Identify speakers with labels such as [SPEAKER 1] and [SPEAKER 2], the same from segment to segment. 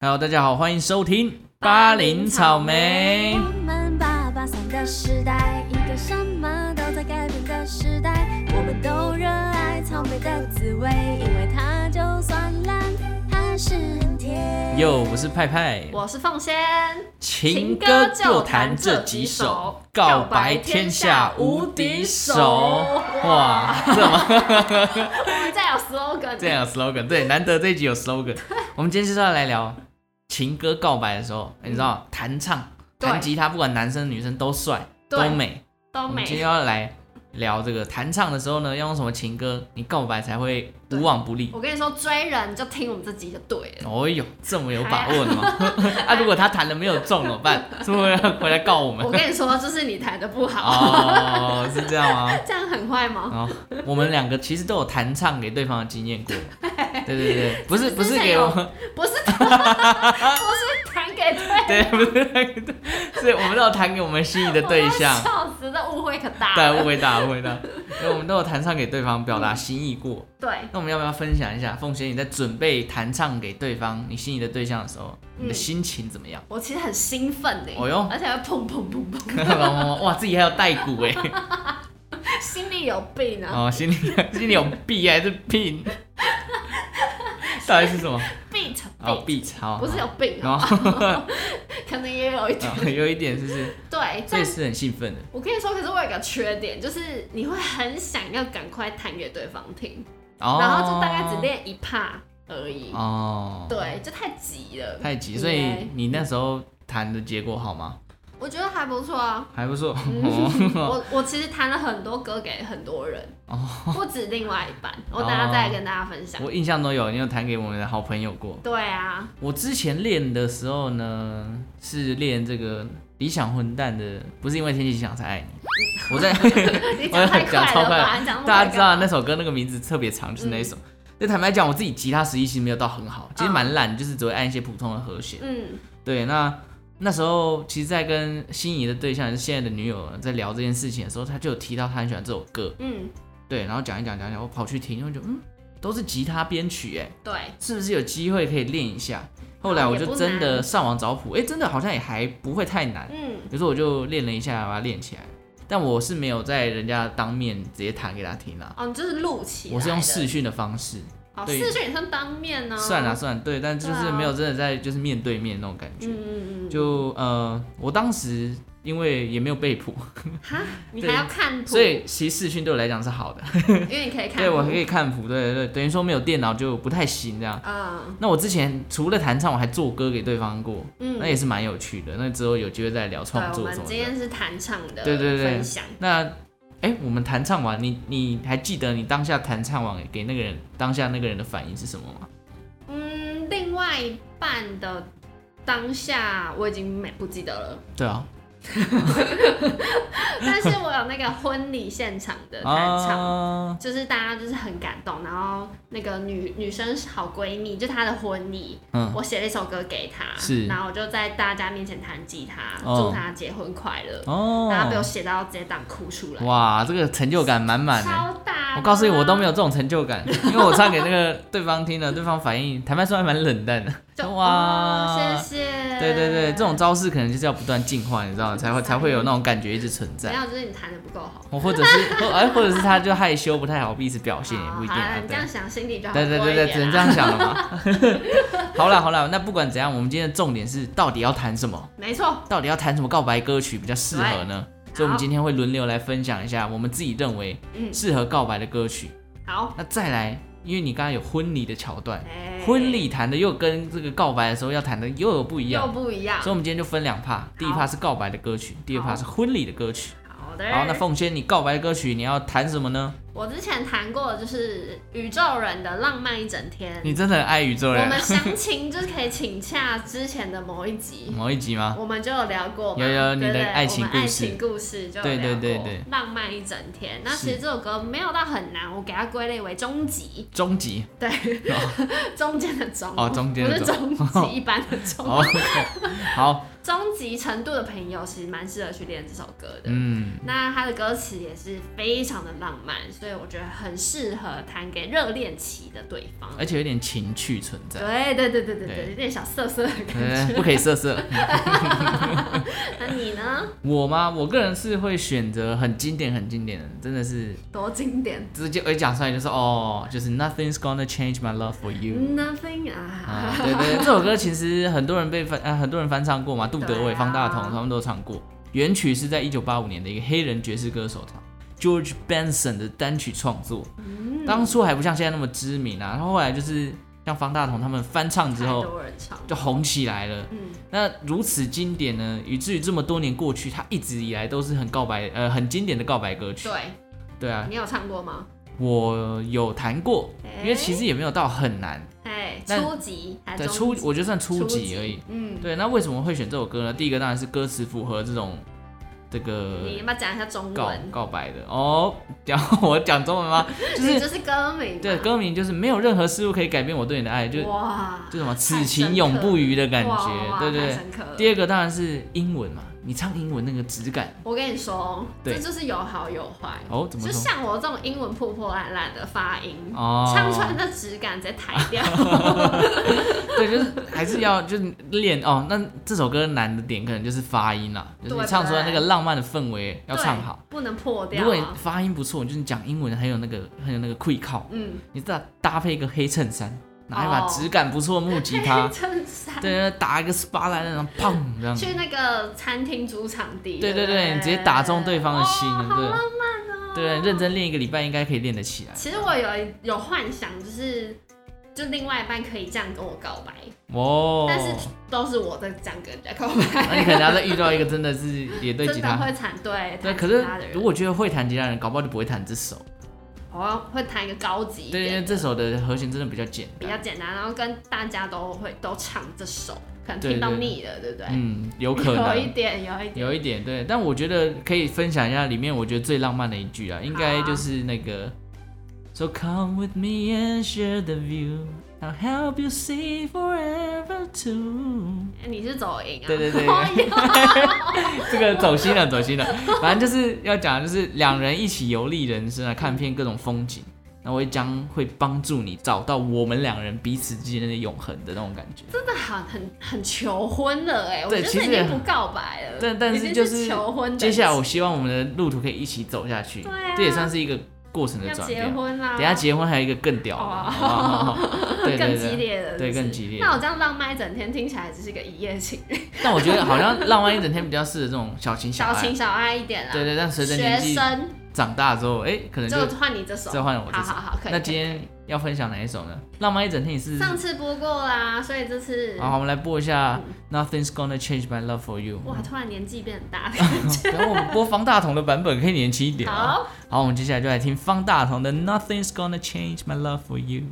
[SPEAKER 1] Hello，大家好，欢迎收听巴林草莓。
[SPEAKER 2] 我们八八三的时代，一个什么都在改变的时代。我们都热爱草莓的滋味，因为它就算烂，还是很甜。
[SPEAKER 1] 哟，我是派派，
[SPEAKER 3] 我是凤仙，
[SPEAKER 1] 情
[SPEAKER 3] 歌
[SPEAKER 1] 歌
[SPEAKER 3] 就
[SPEAKER 1] 就
[SPEAKER 3] 弹
[SPEAKER 1] 弹
[SPEAKER 3] 这
[SPEAKER 1] 这
[SPEAKER 3] 几
[SPEAKER 1] 几
[SPEAKER 3] 首
[SPEAKER 1] 首，
[SPEAKER 3] 告
[SPEAKER 1] 告
[SPEAKER 3] 白
[SPEAKER 1] 白
[SPEAKER 3] 天
[SPEAKER 1] 天
[SPEAKER 3] 下
[SPEAKER 1] 下
[SPEAKER 3] 无
[SPEAKER 1] 无
[SPEAKER 3] 敌
[SPEAKER 1] 敌
[SPEAKER 3] 手
[SPEAKER 1] 手。哇， 这么
[SPEAKER 3] 我们再有 slogan，
[SPEAKER 1] 这样有 slogan，对，难得这一集有 slogan。我们今天就是要来聊情歌告白的时候，你知道，弹唱、
[SPEAKER 3] 对
[SPEAKER 1] 弹吉他，不管男生女生都帅
[SPEAKER 3] 对
[SPEAKER 1] 都美。
[SPEAKER 3] 都
[SPEAKER 1] 我们
[SPEAKER 3] 没
[SPEAKER 1] 今天要来聊这个弹唱的时候呢，要用什么情歌，你告白才会无往不利。
[SPEAKER 3] 我跟你说，追人就听我们这集就对 了。
[SPEAKER 1] 哦呦，这么有把握的吗？ 啊，如果他弹的没有中怎么办？是不是要回来告我们
[SPEAKER 3] 我？跟你说，就是你弹的不好，
[SPEAKER 1] 哦，是这样吗？
[SPEAKER 3] 这样很坏吗？
[SPEAKER 1] 哦，我们两个其实都有弹唱给对方的经验过。对对对，不是
[SPEAKER 3] 是
[SPEAKER 1] 不
[SPEAKER 3] 不是
[SPEAKER 1] 是给
[SPEAKER 3] 有
[SPEAKER 1] 我们，
[SPEAKER 3] 不是，不是弹给对，
[SPEAKER 1] 对，不是，是我们都有弹给我们心仪的对象
[SPEAKER 3] 我要。笑死，这误会可大
[SPEAKER 1] 对，
[SPEAKER 3] 了。
[SPEAKER 1] 误会大，误会大，因为我们都有弹唱给对方表达心意过。
[SPEAKER 3] 对，
[SPEAKER 1] 那我们要不要分享一下，凤贤你在准备弹唱给对方你心仪的对象的时候，你的
[SPEAKER 3] 嗯
[SPEAKER 1] 心情怎么样？
[SPEAKER 3] 我其实很兴奋的，
[SPEAKER 1] 哦哟
[SPEAKER 3] 而且会砰砰砰砰，
[SPEAKER 1] 哇，自己还有带鼓哎，
[SPEAKER 3] 心里有病啊，
[SPEAKER 1] 哦，心里 心里有 B 还是 P？到底是什么？
[SPEAKER 3] beat
[SPEAKER 1] 哦
[SPEAKER 3] beat，
[SPEAKER 1] ，B 超
[SPEAKER 3] 不是有病啊，
[SPEAKER 1] 然 后
[SPEAKER 3] 可能也有一点。
[SPEAKER 1] 有一点是不是？
[SPEAKER 3] 对，
[SPEAKER 1] 这
[SPEAKER 3] 但
[SPEAKER 1] 也哦是很兴奋的。
[SPEAKER 3] 我跟你说，可是我有一个缺点，就是你会很想要赶快弹给对方听，
[SPEAKER 1] 哦
[SPEAKER 3] 然后就大概只练一帕而已。
[SPEAKER 1] 哦，，
[SPEAKER 3] 对，就太急了。
[SPEAKER 1] 太急，
[SPEAKER 3] 你
[SPEAKER 1] 所以
[SPEAKER 3] 嘞
[SPEAKER 1] 你那时候弹的结果好吗？
[SPEAKER 3] 我觉得还不错啊。
[SPEAKER 1] 还不错。 哦
[SPEAKER 3] 嗯 我我其实弹了很多歌给很多人，
[SPEAKER 1] 哦，
[SPEAKER 3] 不止另外一半。我等下再来跟大家分享。
[SPEAKER 1] 我印象都有，你有弹给我们的好朋友过。
[SPEAKER 3] 对 啊，
[SPEAKER 1] 我之前练的时候呢，是练这个《理想混蛋》的，不是因为天气想才爱你。我在
[SPEAKER 3] 你
[SPEAKER 1] 我
[SPEAKER 3] 讲太
[SPEAKER 1] 讲
[SPEAKER 3] 快
[SPEAKER 1] 超
[SPEAKER 3] 了吧？
[SPEAKER 1] 快
[SPEAKER 3] 你讲那么快干嘛
[SPEAKER 1] 大家知道那首歌那个名字特别长，就是那一首。那坦白讲，我自己吉他实力其实没有到很好，其实蛮烂，就是只会按一些普通的和弦。
[SPEAKER 3] 嗯，
[SPEAKER 1] 对，那那时候其实，在跟心仪的对象，也是现在的女友在聊这件事情的时候，他就有提到他很喜欢这首歌，
[SPEAKER 3] 嗯，对
[SPEAKER 1] 对，然后讲一讲讲一讲，我跑去听，我就嗯，都是吉他编曲，哎，
[SPEAKER 3] 对
[SPEAKER 1] 是不是有机会可以练一下？后来我就真
[SPEAKER 3] 也不
[SPEAKER 1] 的
[SPEAKER 3] 难
[SPEAKER 1] 上网找谱，哎、真的好像也还不会太难，
[SPEAKER 3] 嗯，
[SPEAKER 1] 有时候我就练了一下，把它练起来。但我是没有在人家当面直接弹给他听啦，
[SPEAKER 3] 哦，你就是录起来的。
[SPEAKER 1] 我是用视讯的方式，
[SPEAKER 3] 哦，
[SPEAKER 1] 对
[SPEAKER 3] 视讯也算当面啊呢。
[SPEAKER 1] 算啦算啦对，但就是没有真的在就是面对面那种感觉。
[SPEAKER 3] 啊嗯嗯嗯，
[SPEAKER 1] 就呃，我当时因为也没有被谱，
[SPEAKER 3] 哈，你
[SPEAKER 1] 对
[SPEAKER 3] 还要看 谱，
[SPEAKER 1] 所以其实视讯对我来讲是好的，
[SPEAKER 3] 因为你可以看谱。
[SPEAKER 1] 对我可以看谱，对对对，等于说没有电脑就不太行这样。
[SPEAKER 3] 嗯
[SPEAKER 1] 那我之前除了弹唱，我还做歌给对方过，
[SPEAKER 3] 嗯，
[SPEAKER 1] 那也是蛮有趣的。那之后有机会再聊
[SPEAKER 3] 对，
[SPEAKER 1] 创
[SPEAKER 3] 我
[SPEAKER 1] 作什
[SPEAKER 3] 们
[SPEAKER 1] 么
[SPEAKER 3] 今
[SPEAKER 1] 的。
[SPEAKER 3] 天是弹唱的
[SPEAKER 1] 对对对
[SPEAKER 3] 分享，
[SPEAKER 1] 那哎、诶我们弹唱完，你你还记得你当下弹唱完给那个人当下那个人的反应是什么吗？
[SPEAKER 3] 嗯，另外一半的当下我已经没不记得了，
[SPEAKER 1] 对啊，
[SPEAKER 3] 但是我有那个婚礼现场的弹唱。
[SPEAKER 1] 啊，
[SPEAKER 3] 就是大家就是很感动，然后那个女女生是好闺蜜，就她的婚礼，
[SPEAKER 1] 嗯，
[SPEAKER 3] 我写了一首歌给她，
[SPEAKER 1] 是
[SPEAKER 3] 然后我就在大家面前弹吉他，
[SPEAKER 1] 哦
[SPEAKER 3] 祝她结婚快乐，然后被我
[SPEAKER 1] 哦，
[SPEAKER 3] 写到直接当哭出来，
[SPEAKER 1] 哇，这个成就感满满的。
[SPEAKER 3] 超大的啊！
[SPEAKER 1] 我告诉你，我都没有这种成就 感，因为我唱给那个对方听了，对方反应，坦白说还蛮冷淡的。
[SPEAKER 3] 就
[SPEAKER 1] 哇
[SPEAKER 3] 哦谢谢，
[SPEAKER 1] 对对对，这种招式可能就是要不断进化，你知道吗？才会才会有那种感觉一直存
[SPEAKER 3] 没
[SPEAKER 1] 在。
[SPEAKER 3] 有，就是你弹的不够好。
[SPEAKER 1] 我或者是或 哎，或者是他就害羞，不太好意思表现，也不一定
[SPEAKER 3] 哦好啦
[SPEAKER 1] 啊。
[SPEAKER 3] 你这
[SPEAKER 1] 对
[SPEAKER 3] 样想，心里就好
[SPEAKER 1] 对对对
[SPEAKER 3] 过一
[SPEAKER 1] 对，
[SPEAKER 3] 点啊
[SPEAKER 1] 只能
[SPEAKER 3] 啦
[SPEAKER 1] 这样想了嘛。 好了好了，那不管怎样，我们今天的重点是到底要谈什么？
[SPEAKER 3] 没错，
[SPEAKER 1] 到底要谈什么告白歌曲比较适合呢？所以，我们
[SPEAKER 3] 好
[SPEAKER 1] 今天会轮流来分享一下我们自己认为
[SPEAKER 3] 嗯
[SPEAKER 1] 适合告白的歌曲。
[SPEAKER 3] 好，
[SPEAKER 1] 那再来，因为你刚刚有婚礼的桥段，
[SPEAKER 3] 哎
[SPEAKER 1] 婚礼哦谈的又跟这个告白的时候要谈的又有不一
[SPEAKER 3] 哎又
[SPEAKER 1] 样，
[SPEAKER 3] 不一样
[SPEAKER 1] 所以。我们今天就分两趴，第一趴是告白的歌曲，第二趴是婚礼的歌曲。
[SPEAKER 3] 好的，
[SPEAKER 1] 好，那凤仙，你告白的歌曲你要谈什么呢？
[SPEAKER 3] 我之前弹过的就是宇宙人的浪漫一整天。
[SPEAKER 1] 你真的很爱宇宙
[SPEAKER 3] 我
[SPEAKER 1] 人
[SPEAKER 3] 们，详情就是可以请洽之前的某一 集，
[SPEAKER 1] 某一集吗？
[SPEAKER 3] 我们就有聊过嘛。
[SPEAKER 1] 有有
[SPEAKER 3] 对
[SPEAKER 1] 你的
[SPEAKER 3] 对
[SPEAKER 1] 爱情
[SPEAKER 3] 我们
[SPEAKER 1] 故
[SPEAKER 3] 爱
[SPEAKER 1] 事
[SPEAKER 3] 情故事就有
[SPEAKER 1] 对对
[SPEAKER 3] 聊过
[SPEAKER 1] 对对
[SPEAKER 3] 浪漫一整天。那
[SPEAKER 1] 是
[SPEAKER 3] 其实这首歌没有到很难，我给它归类为中级，
[SPEAKER 1] 终极
[SPEAKER 3] 对， 中间的中
[SPEAKER 1] 哦中间的
[SPEAKER 3] 不是
[SPEAKER 1] 中
[SPEAKER 3] 中级一般的中。
[SPEAKER 1] 哦，好，
[SPEAKER 3] 终极程度的朋友其实蛮适合去练这首歌的。
[SPEAKER 1] 嗯，
[SPEAKER 3] 那它的歌词也是非常的浪漫，所以我觉得很适合弹给热恋期的对方。
[SPEAKER 1] 而且有点情趣存在，
[SPEAKER 3] 对对对对对对，
[SPEAKER 1] 对
[SPEAKER 3] 有点小涩涩的感
[SPEAKER 1] 嗯，
[SPEAKER 3] 觉。
[SPEAKER 1] 不可以色色。
[SPEAKER 3] 那你 呢？
[SPEAKER 1] 我吗？我个人是会选择很经典、很经典的，真的是
[SPEAKER 3] 多经典
[SPEAKER 1] 直接我一讲出来就是哦，就是 Nothing's gonna change my love for you。
[SPEAKER 3] 嗯，Nothing
[SPEAKER 1] 啊
[SPEAKER 3] 啊，，
[SPEAKER 1] 对 对，这首歌其实很多人被翻，呃，很多人翻唱过嘛，杜德
[SPEAKER 3] 对
[SPEAKER 1] 伟、
[SPEAKER 3] 啊
[SPEAKER 1] 方大同他们都唱过。原曲是在一九八五年的一个黑人爵士歌手唱 George Benson 的单曲创作，
[SPEAKER 3] 嗯
[SPEAKER 1] 当初还不像现在那么知名啊，然后后来就是像方大同他们翻唱之
[SPEAKER 3] 太
[SPEAKER 1] 后
[SPEAKER 3] 多人唱了。
[SPEAKER 1] 就红起来了。
[SPEAKER 3] 嗯，
[SPEAKER 1] 那如此经典呢，以至于这么多年过去，它一直以来都是很告白，呃，很经典的告白歌曲。
[SPEAKER 3] 对，
[SPEAKER 1] 对啊，
[SPEAKER 3] 你有唱过吗？
[SPEAKER 1] 我有弹过，因为其实也没有到很难，
[SPEAKER 3] 哎，
[SPEAKER 1] 那
[SPEAKER 3] 初级还
[SPEAKER 1] 对
[SPEAKER 3] 是
[SPEAKER 1] 初
[SPEAKER 3] 中级
[SPEAKER 1] 我觉得算初
[SPEAKER 3] 初
[SPEAKER 1] 级而已。。
[SPEAKER 3] 嗯，
[SPEAKER 1] 对，那为什么会选这首歌呢？第一个当然是歌词符合这种这个
[SPEAKER 3] 你要不要讲一下中
[SPEAKER 1] 告
[SPEAKER 3] 文？
[SPEAKER 1] 告白的哦。讲 我讲中文 吗？就
[SPEAKER 3] 你
[SPEAKER 1] 是
[SPEAKER 3] 就是歌名嘛。
[SPEAKER 1] 对歌名就是没有任何事物可以改变我对你的爱，就
[SPEAKER 3] 哇，
[SPEAKER 1] 就什么此
[SPEAKER 3] 深
[SPEAKER 1] 情
[SPEAKER 3] 刻
[SPEAKER 1] 永不渝的感
[SPEAKER 3] 哇哇
[SPEAKER 1] 觉，
[SPEAKER 3] 哇
[SPEAKER 1] 对不
[SPEAKER 3] 太
[SPEAKER 1] 对？
[SPEAKER 3] 深刻了
[SPEAKER 1] 第二个当然是英文嘛，你唱英文那个质感
[SPEAKER 3] 我跟你说，
[SPEAKER 1] 对
[SPEAKER 3] 这就是有好有坏。
[SPEAKER 1] 哦，怎么
[SPEAKER 3] 就
[SPEAKER 1] 说？
[SPEAKER 3] 像我这种英文破破烂烂的发音，
[SPEAKER 1] 哦
[SPEAKER 3] 唱出来的质感直接抬掉。
[SPEAKER 1] 对，就是还是要就是练哦。那这首歌难的点可能就是发音啦，就是
[SPEAKER 3] 对
[SPEAKER 1] 你唱出来那
[SPEAKER 3] 对
[SPEAKER 1] 个浪漫的氛围 要唱好。
[SPEAKER 3] 对，不能破掉、
[SPEAKER 1] 如果你
[SPEAKER 3] 啊。
[SPEAKER 1] 发音不错，就是你讲英文很有那个很有那个愧靠，
[SPEAKER 3] 嗯，
[SPEAKER 1] 你再搭配一个黑衬衫，拿一把质感不错的木吉 他，
[SPEAKER 3] 衬衫。
[SPEAKER 1] 对，打一个 SPA 来，然后砰这样。
[SPEAKER 3] 去那个餐厅主场地，
[SPEAKER 1] 嗯对对
[SPEAKER 3] 对不
[SPEAKER 1] 对，你直接打中对方的心
[SPEAKER 3] 哦，好
[SPEAKER 1] 对
[SPEAKER 3] 浪漫哦。
[SPEAKER 1] 对，认真练一个礼拜应该可以练得起来。
[SPEAKER 3] 其实我有一有幻想，就是就另外一半可以这样跟我告白，
[SPEAKER 1] 哦，
[SPEAKER 3] 但是都是我在这样跟人家告
[SPEAKER 1] 那你
[SPEAKER 3] 白，
[SPEAKER 1] 可能要再遇到一个 真的是也 对吉
[SPEAKER 3] 真的
[SPEAKER 1] 他，
[SPEAKER 3] 会惨对。
[SPEAKER 1] 对，
[SPEAKER 3] 弹
[SPEAKER 1] 可
[SPEAKER 3] 吉
[SPEAKER 1] 是
[SPEAKER 3] 他的人
[SPEAKER 1] 如果觉得会弹吉他的人，搞不好就不会弹这首。
[SPEAKER 3] 我要会弹一个高级一
[SPEAKER 1] 对，因
[SPEAKER 3] 点
[SPEAKER 1] 为
[SPEAKER 3] 的，
[SPEAKER 1] 这首的和弦真的比较简
[SPEAKER 3] 比较
[SPEAKER 1] 单。
[SPEAKER 3] 简单，然后跟大家都会都唱这首，可能
[SPEAKER 1] 对
[SPEAKER 3] 听到
[SPEAKER 1] 对
[SPEAKER 3] 腻了，对不对？
[SPEAKER 1] 嗯，有可能
[SPEAKER 3] 有一点，有一点。
[SPEAKER 1] 有一点对，但我觉得可以分享一下里面我觉得最浪漫的一句啊，应该就是那个 So come with me and share the view, I'll help you see forever too。
[SPEAKER 3] 你是走音啊？
[SPEAKER 1] 对对对
[SPEAKER 3] 哎呦
[SPEAKER 1] 这个走心了，走心了。反正就是要讲，就是两人一起游历人生啊，看遍各种风景。那我也将会帮助你找到我们两人彼此之间的永恒的那种感觉。
[SPEAKER 3] 真的很很很求婚了哎，我
[SPEAKER 1] 对
[SPEAKER 3] 觉得
[SPEAKER 1] 其
[SPEAKER 3] 这
[SPEAKER 1] 实
[SPEAKER 3] 已经不告白了，
[SPEAKER 1] 但但
[SPEAKER 3] 已经
[SPEAKER 1] 就是是
[SPEAKER 3] 求婚的。
[SPEAKER 1] 接下来我希望我们的路途可以一起走下去，
[SPEAKER 3] 对啊
[SPEAKER 1] 这也算是一个过程的
[SPEAKER 3] 要
[SPEAKER 1] 转
[SPEAKER 3] 结
[SPEAKER 1] 变。
[SPEAKER 3] 婚啦，
[SPEAKER 1] 等一下结婚还有一个更屌的，
[SPEAKER 3] 哦
[SPEAKER 1] 好不好好 不好对
[SPEAKER 3] 更
[SPEAKER 1] 对
[SPEAKER 3] 激
[SPEAKER 1] 对。
[SPEAKER 3] 烈了，
[SPEAKER 1] 对
[SPEAKER 3] 是不是
[SPEAKER 1] 更激烈
[SPEAKER 3] 那我这样浪漫一整天，听起来只是个一夜情，
[SPEAKER 1] 但我觉得好像浪漫一整天比较适合这种小情
[SPEAKER 3] 小
[SPEAKER 1] 爱。
[SPEAKER 3] 情小爱一点啦。
[SPEAKER 1] 对对，但随着
[SPEAKER 3] 学
[SPEAKER 1] 年纪
[SPEAKER 3] 生
[SPEAKER 1] 长大之后，哎、可能就
[SPEAKER 3] 就换你这首，
[SPEAKER 1] 再换我这首
[SPEAKER 3] 好好好，可以。
[SPEAKER 1] 那
[SPEAKER 3] 可以
[SPEAKER 1] 今天要分享哪一首呢？浪漫一整天也是。哦
[SPEAKER 3] 上次播过啦，所以这次
[SPEAKER 1] 好，我们来播一下 Nothing's Gonna Change My Love for You。
[SPEAKER 3] 哇，突然年纪变很 大。
[SPEAKER 1] 等下我们播方大同的版本可以年轻一点啊。
[SPEAKER 3] 好，
[SPEAKER 1] 好，我们接下来就来听方大同的 Nothing's Gonna Change My Love for You。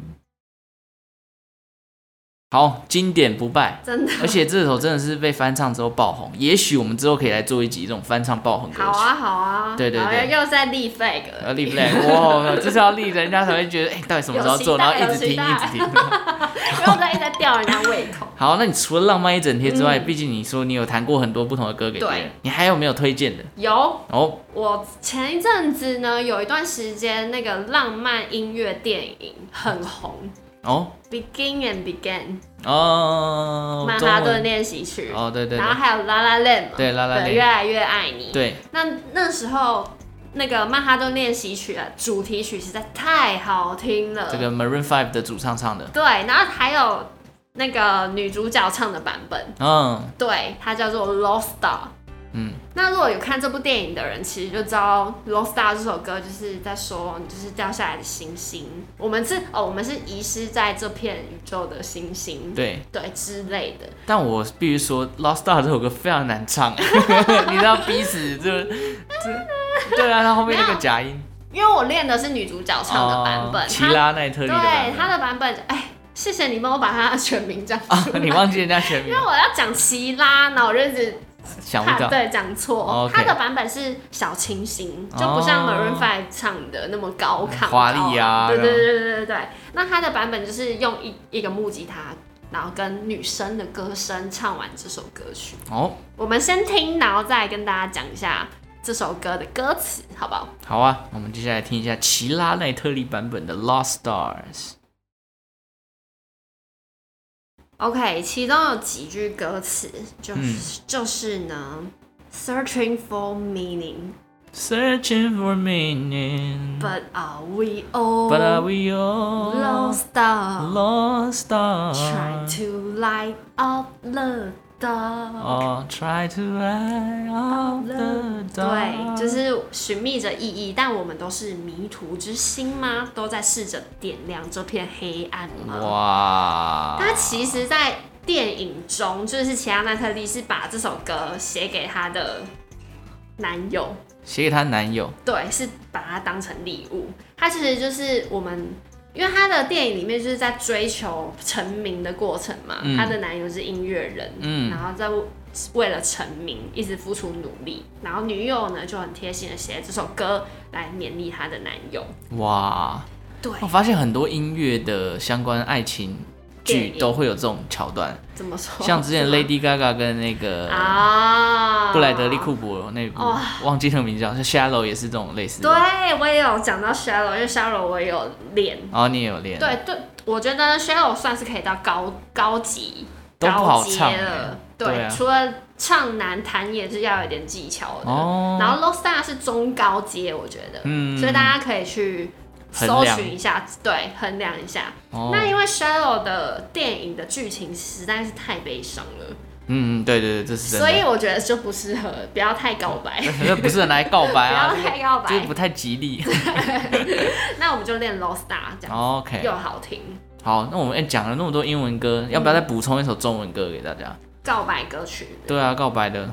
[SPEAKER 1] 好，经典不败。
[SPEAKER 3] 真的
[SPEAKER 1] 而且这首真的是被翻唱之后爆红，也许我们之后可以来做一集这种翻唱爆红歌曲。
[SPEAKER 3] 好啊，好啊，
[SPEAKER 1] 对对
[SPEAKER 3] 好
[SPEAKER 1] 对
[SPEAKER 3] 又在立 flag，了
[SPEAKER 1] 呃，立 flag，哇，这是要立人家才会觉得，哎、到底什么时候做，
[SPEAKER 3] 有
[SPEAKER 1] 然
[SPEAKER 3] 期待
[SPEAKER 1] 后一直听，
[SPEAKER 3] 有期
[SPEAKER 1] 一
[SPEAKER 3] 待
[SPEAKER 1] 直听。
[SPEAKER 3] 又在一直在吊人家胃口。
[SPEAKER 1] 好，那你除了浪漫一整天之外，毕、竟你说你有弹过很多不同的歌给别
[SPEAKER 3] 嗯对
[SPEAKER 1] 人，你还有没有推荐的？
[SPEAKER 3] 有，
[SPEAKER 1] 哦，
[SPEAKER 3] 我前一阵子呢，有一段时间那个浪漫音乐电影很红，
[SPEAKER 1] 哦，
[SPEAKER 3] 《Begin and Begin
[SPEAKER 1] 哦》，
[SPEAKER 3] 曼
[SPEAKER 1] 中
[SPEAKER 3] 哈顿
[SPEAKER 1] 文，
[SPEAKER 3] 练习曲，
[SPEAKER 1] 哦，对对
[SPEAKER 3] 然
[SPEAKER 1] 对
[SPEAKER 3] 后还有《La La Land》嘛，
[SPEAKER 1] 对，La La
[SPEAKER 3] 对
[SPEAKER 1] Land
[SPEAKER 3] 越来越爱你。
[SPEAKER 1] 对，
[SPEAKER 3] 那那时候那个曼哈顿练习曲的主题曲实在太好听了，
[SPEAKER 1] 这个 Maroon Five 的主唱唱的，
[SPEAKER 3] 对，然后还有那个女主角唱的版本，
[SPEAKER 1] 嗯
[SPEAKER 3] 对，它叫做《Lost Star》。
[SPEAKER 1] 嗯，
[SPEAKER 3] 那如果有看这部电影的人，其实就知道《Lost Star》这首歌就是在说，你就是掉下来的星星，我们是哦，我们是遗失在这片宇宙的星星，
[SPEAKER 1] 对。
[SPEAKER 3] 对之类的。
[SPEAKER 1] 但我必须说，《Lost Star》这首歌非常难唱， 你知道逼死就这，对啊，他后面那个假音，
[SPEAKER 3] 因为我练的是女主角唱的版
[SPEAKER 1] 哦
[SPEAKER 3] 本，
[SPEAKER 1] 奇
[SPEAKER 3] 她
[SPEAKER 1] 拉奈特利的
[SPEAKER 3] 对她
[SPEAKER 1] 版
[SPEAKER 3] 的版本，哎，谢谢你帮我把她的全 名讲出来，
[SPEAKER 1] 啊本，你忘记人家全名
[SPEAKER 3] 因为，我要讲奇拉，然后我就一直
[SPEAKER 1] 想
[SPEAKER 3] 他
[SPEAKER 1] 不到，
[SPEAKER 3] 对，讲错
[SPEAKER 1] 哦，，OK
[SPEAKER 3] 他的版本是小清新，就不像
[SPEAKER 1] 哦
[SPEAKER 3] Maroon Five 唱的那么高亢
[SPEAKER 1] 华丽啊
[SPEAKER 3] 高对
[SPEAKER 1] 这
[SPEAKER 3] 对
[SPEAKER 1] 样
[SPEAKER 3] 对对对对。那他的版本就是用一一个木吉他然后跟女生的歌声唱完这首歌曲。
[SPEAKER 1] 哦，
[SPEAKER 3] 我们先听，然后再跟大家讲一下这首歌的歌词，好不好？
[SPEAKER 1] 好啊，我们接下来听一下奇拉奈特利版本的《Lost Stars》。
[SPEAKER 3] OK，其中有几句歌词就是、
[SPEAKER 1] 嗯
[SPEAKER 3] 就是呢，searching for meaning，but
[SPEAKER 1] Searching for meaning,
[SPEAKER 3] are we all
[SPEAKER 1] but are we all
[SPEAKER 3] lost up
[SPEAKER 1] lost?
[SPEAKER 3] trying to light up the dark？
[SPEAKER 1] 哦，try to light up the
[SPEAKER 3] 对，
[SPEAKER 1] dark。
[SPEAKER 3] 就是寻觅着意义，但我们都是迷途之星吗？都在试着点亮这片黑暗吗？
[SPEAKER 1] 哇，
[SPEAKER 3] 他其实，在电影中，就是齐亚奈特利是把这首歌写给她的男友，
[SPEAKER 1] 写给她男友，
[SPEAKER 3] 对，是把它当成礼物。他其实就是我们，因为他的电影里面就是在追求成名的过程嘛，
[SPEAKER 1] 嗯
[SPEAKER 3] 她、的男友是音乐人，
[SPEAKER 1] 嗯
[SPEAKER 3] 然后在为了成名一直付出努力，然后女友呢就很贴心的写了这首歌来勉励她的男友，
[SPEAKER 1] 哇，
[SPEAKER 3] 对，
[SPEAKER 1] 我发现很多音乐的相关爱情
[SPEAKER 3] 电
[SPEAKER 1] 剧
[SPEAKER 3] 影
[SPEAKER 1] 都会有这种桥 段，
[SPEAKER 3] 怎么说？
[SPEAKER 1] 像之前
[SPEAKER 3] 是吗
[SPEAKER 1] Lady Gaga 跟那个
[SPEAKER 3] 啊，
[SPEAKER 1] 布莱德利库珀那部
[SPEAKER 3] 哇，
[SPEAKER 1] 忘记那个名字叫《Shallow》，也是这种类似的。
[SPEAKER 3] 对，我也有讲到 shallow，因为 shallow 我也有练。
[SPEAKER 1] 然后你也有练，
[SPEAKER 3] 对对，我觉得 shallow 算是可以到高高级
[SPEAKER 1] 都不
[SPEAKER 3] 高
[SPEAKER 1] 好
[SPEAKER 3] 阶
[SPEAKER 1] 唱
[SPEAKER 3] 了
[SPEAKER 1] 欸。
[SPEAKER 3] 对，
[SPEAKER 1] 对啊
[SPEAKER 3] 除了唱难弹也是要有点技巧的。
[SPEAKER 1] 哦
[SPEAKER 3] 然后 lost star 是中高阶，我觉得，
[SPEAKER 1] 嗯
[SPEAKER 3] 所以大家可以去搜
[SPEAKER 1] 衡量
[SPEAKER 3] 寻一下，对，衡量一下。
[SPEAKER 1] 哦，
[SPEAKER 3] 那因为 shallow 的电影的剧情实在是太悲伤了，
[SPEAKER 1] 嗯嗯，对对对，这是真的。
[SPEAKER 3] 所以我觉得就不适合，不要太告 白，
[SPEAKER 1] 可是不是很来告白
[SPEAKER 3] 不
[SPEAKER 1] 啊
[SPEAKER 3] 要，太告
[SPEAKER 1] 就是
[SPEAKER 3] 白
[SPEAKER 1] 不。太吉 利。哦
[SPEAKER 3] 那我们就练 lost star 这样子。
[SPEAKER 1] OK，
[SPEAKER 3] 又好听，
[SPEAKER 1] 好，那我们哎讲了那么多英文歌，要不要
[SPEAKER 3] 嗯
[SPEAKER 1] 再补充一首中文歌给大家？
[SPEAKER 3] 告白歌曲。
[SPEAKER 1] 对啊，告白的。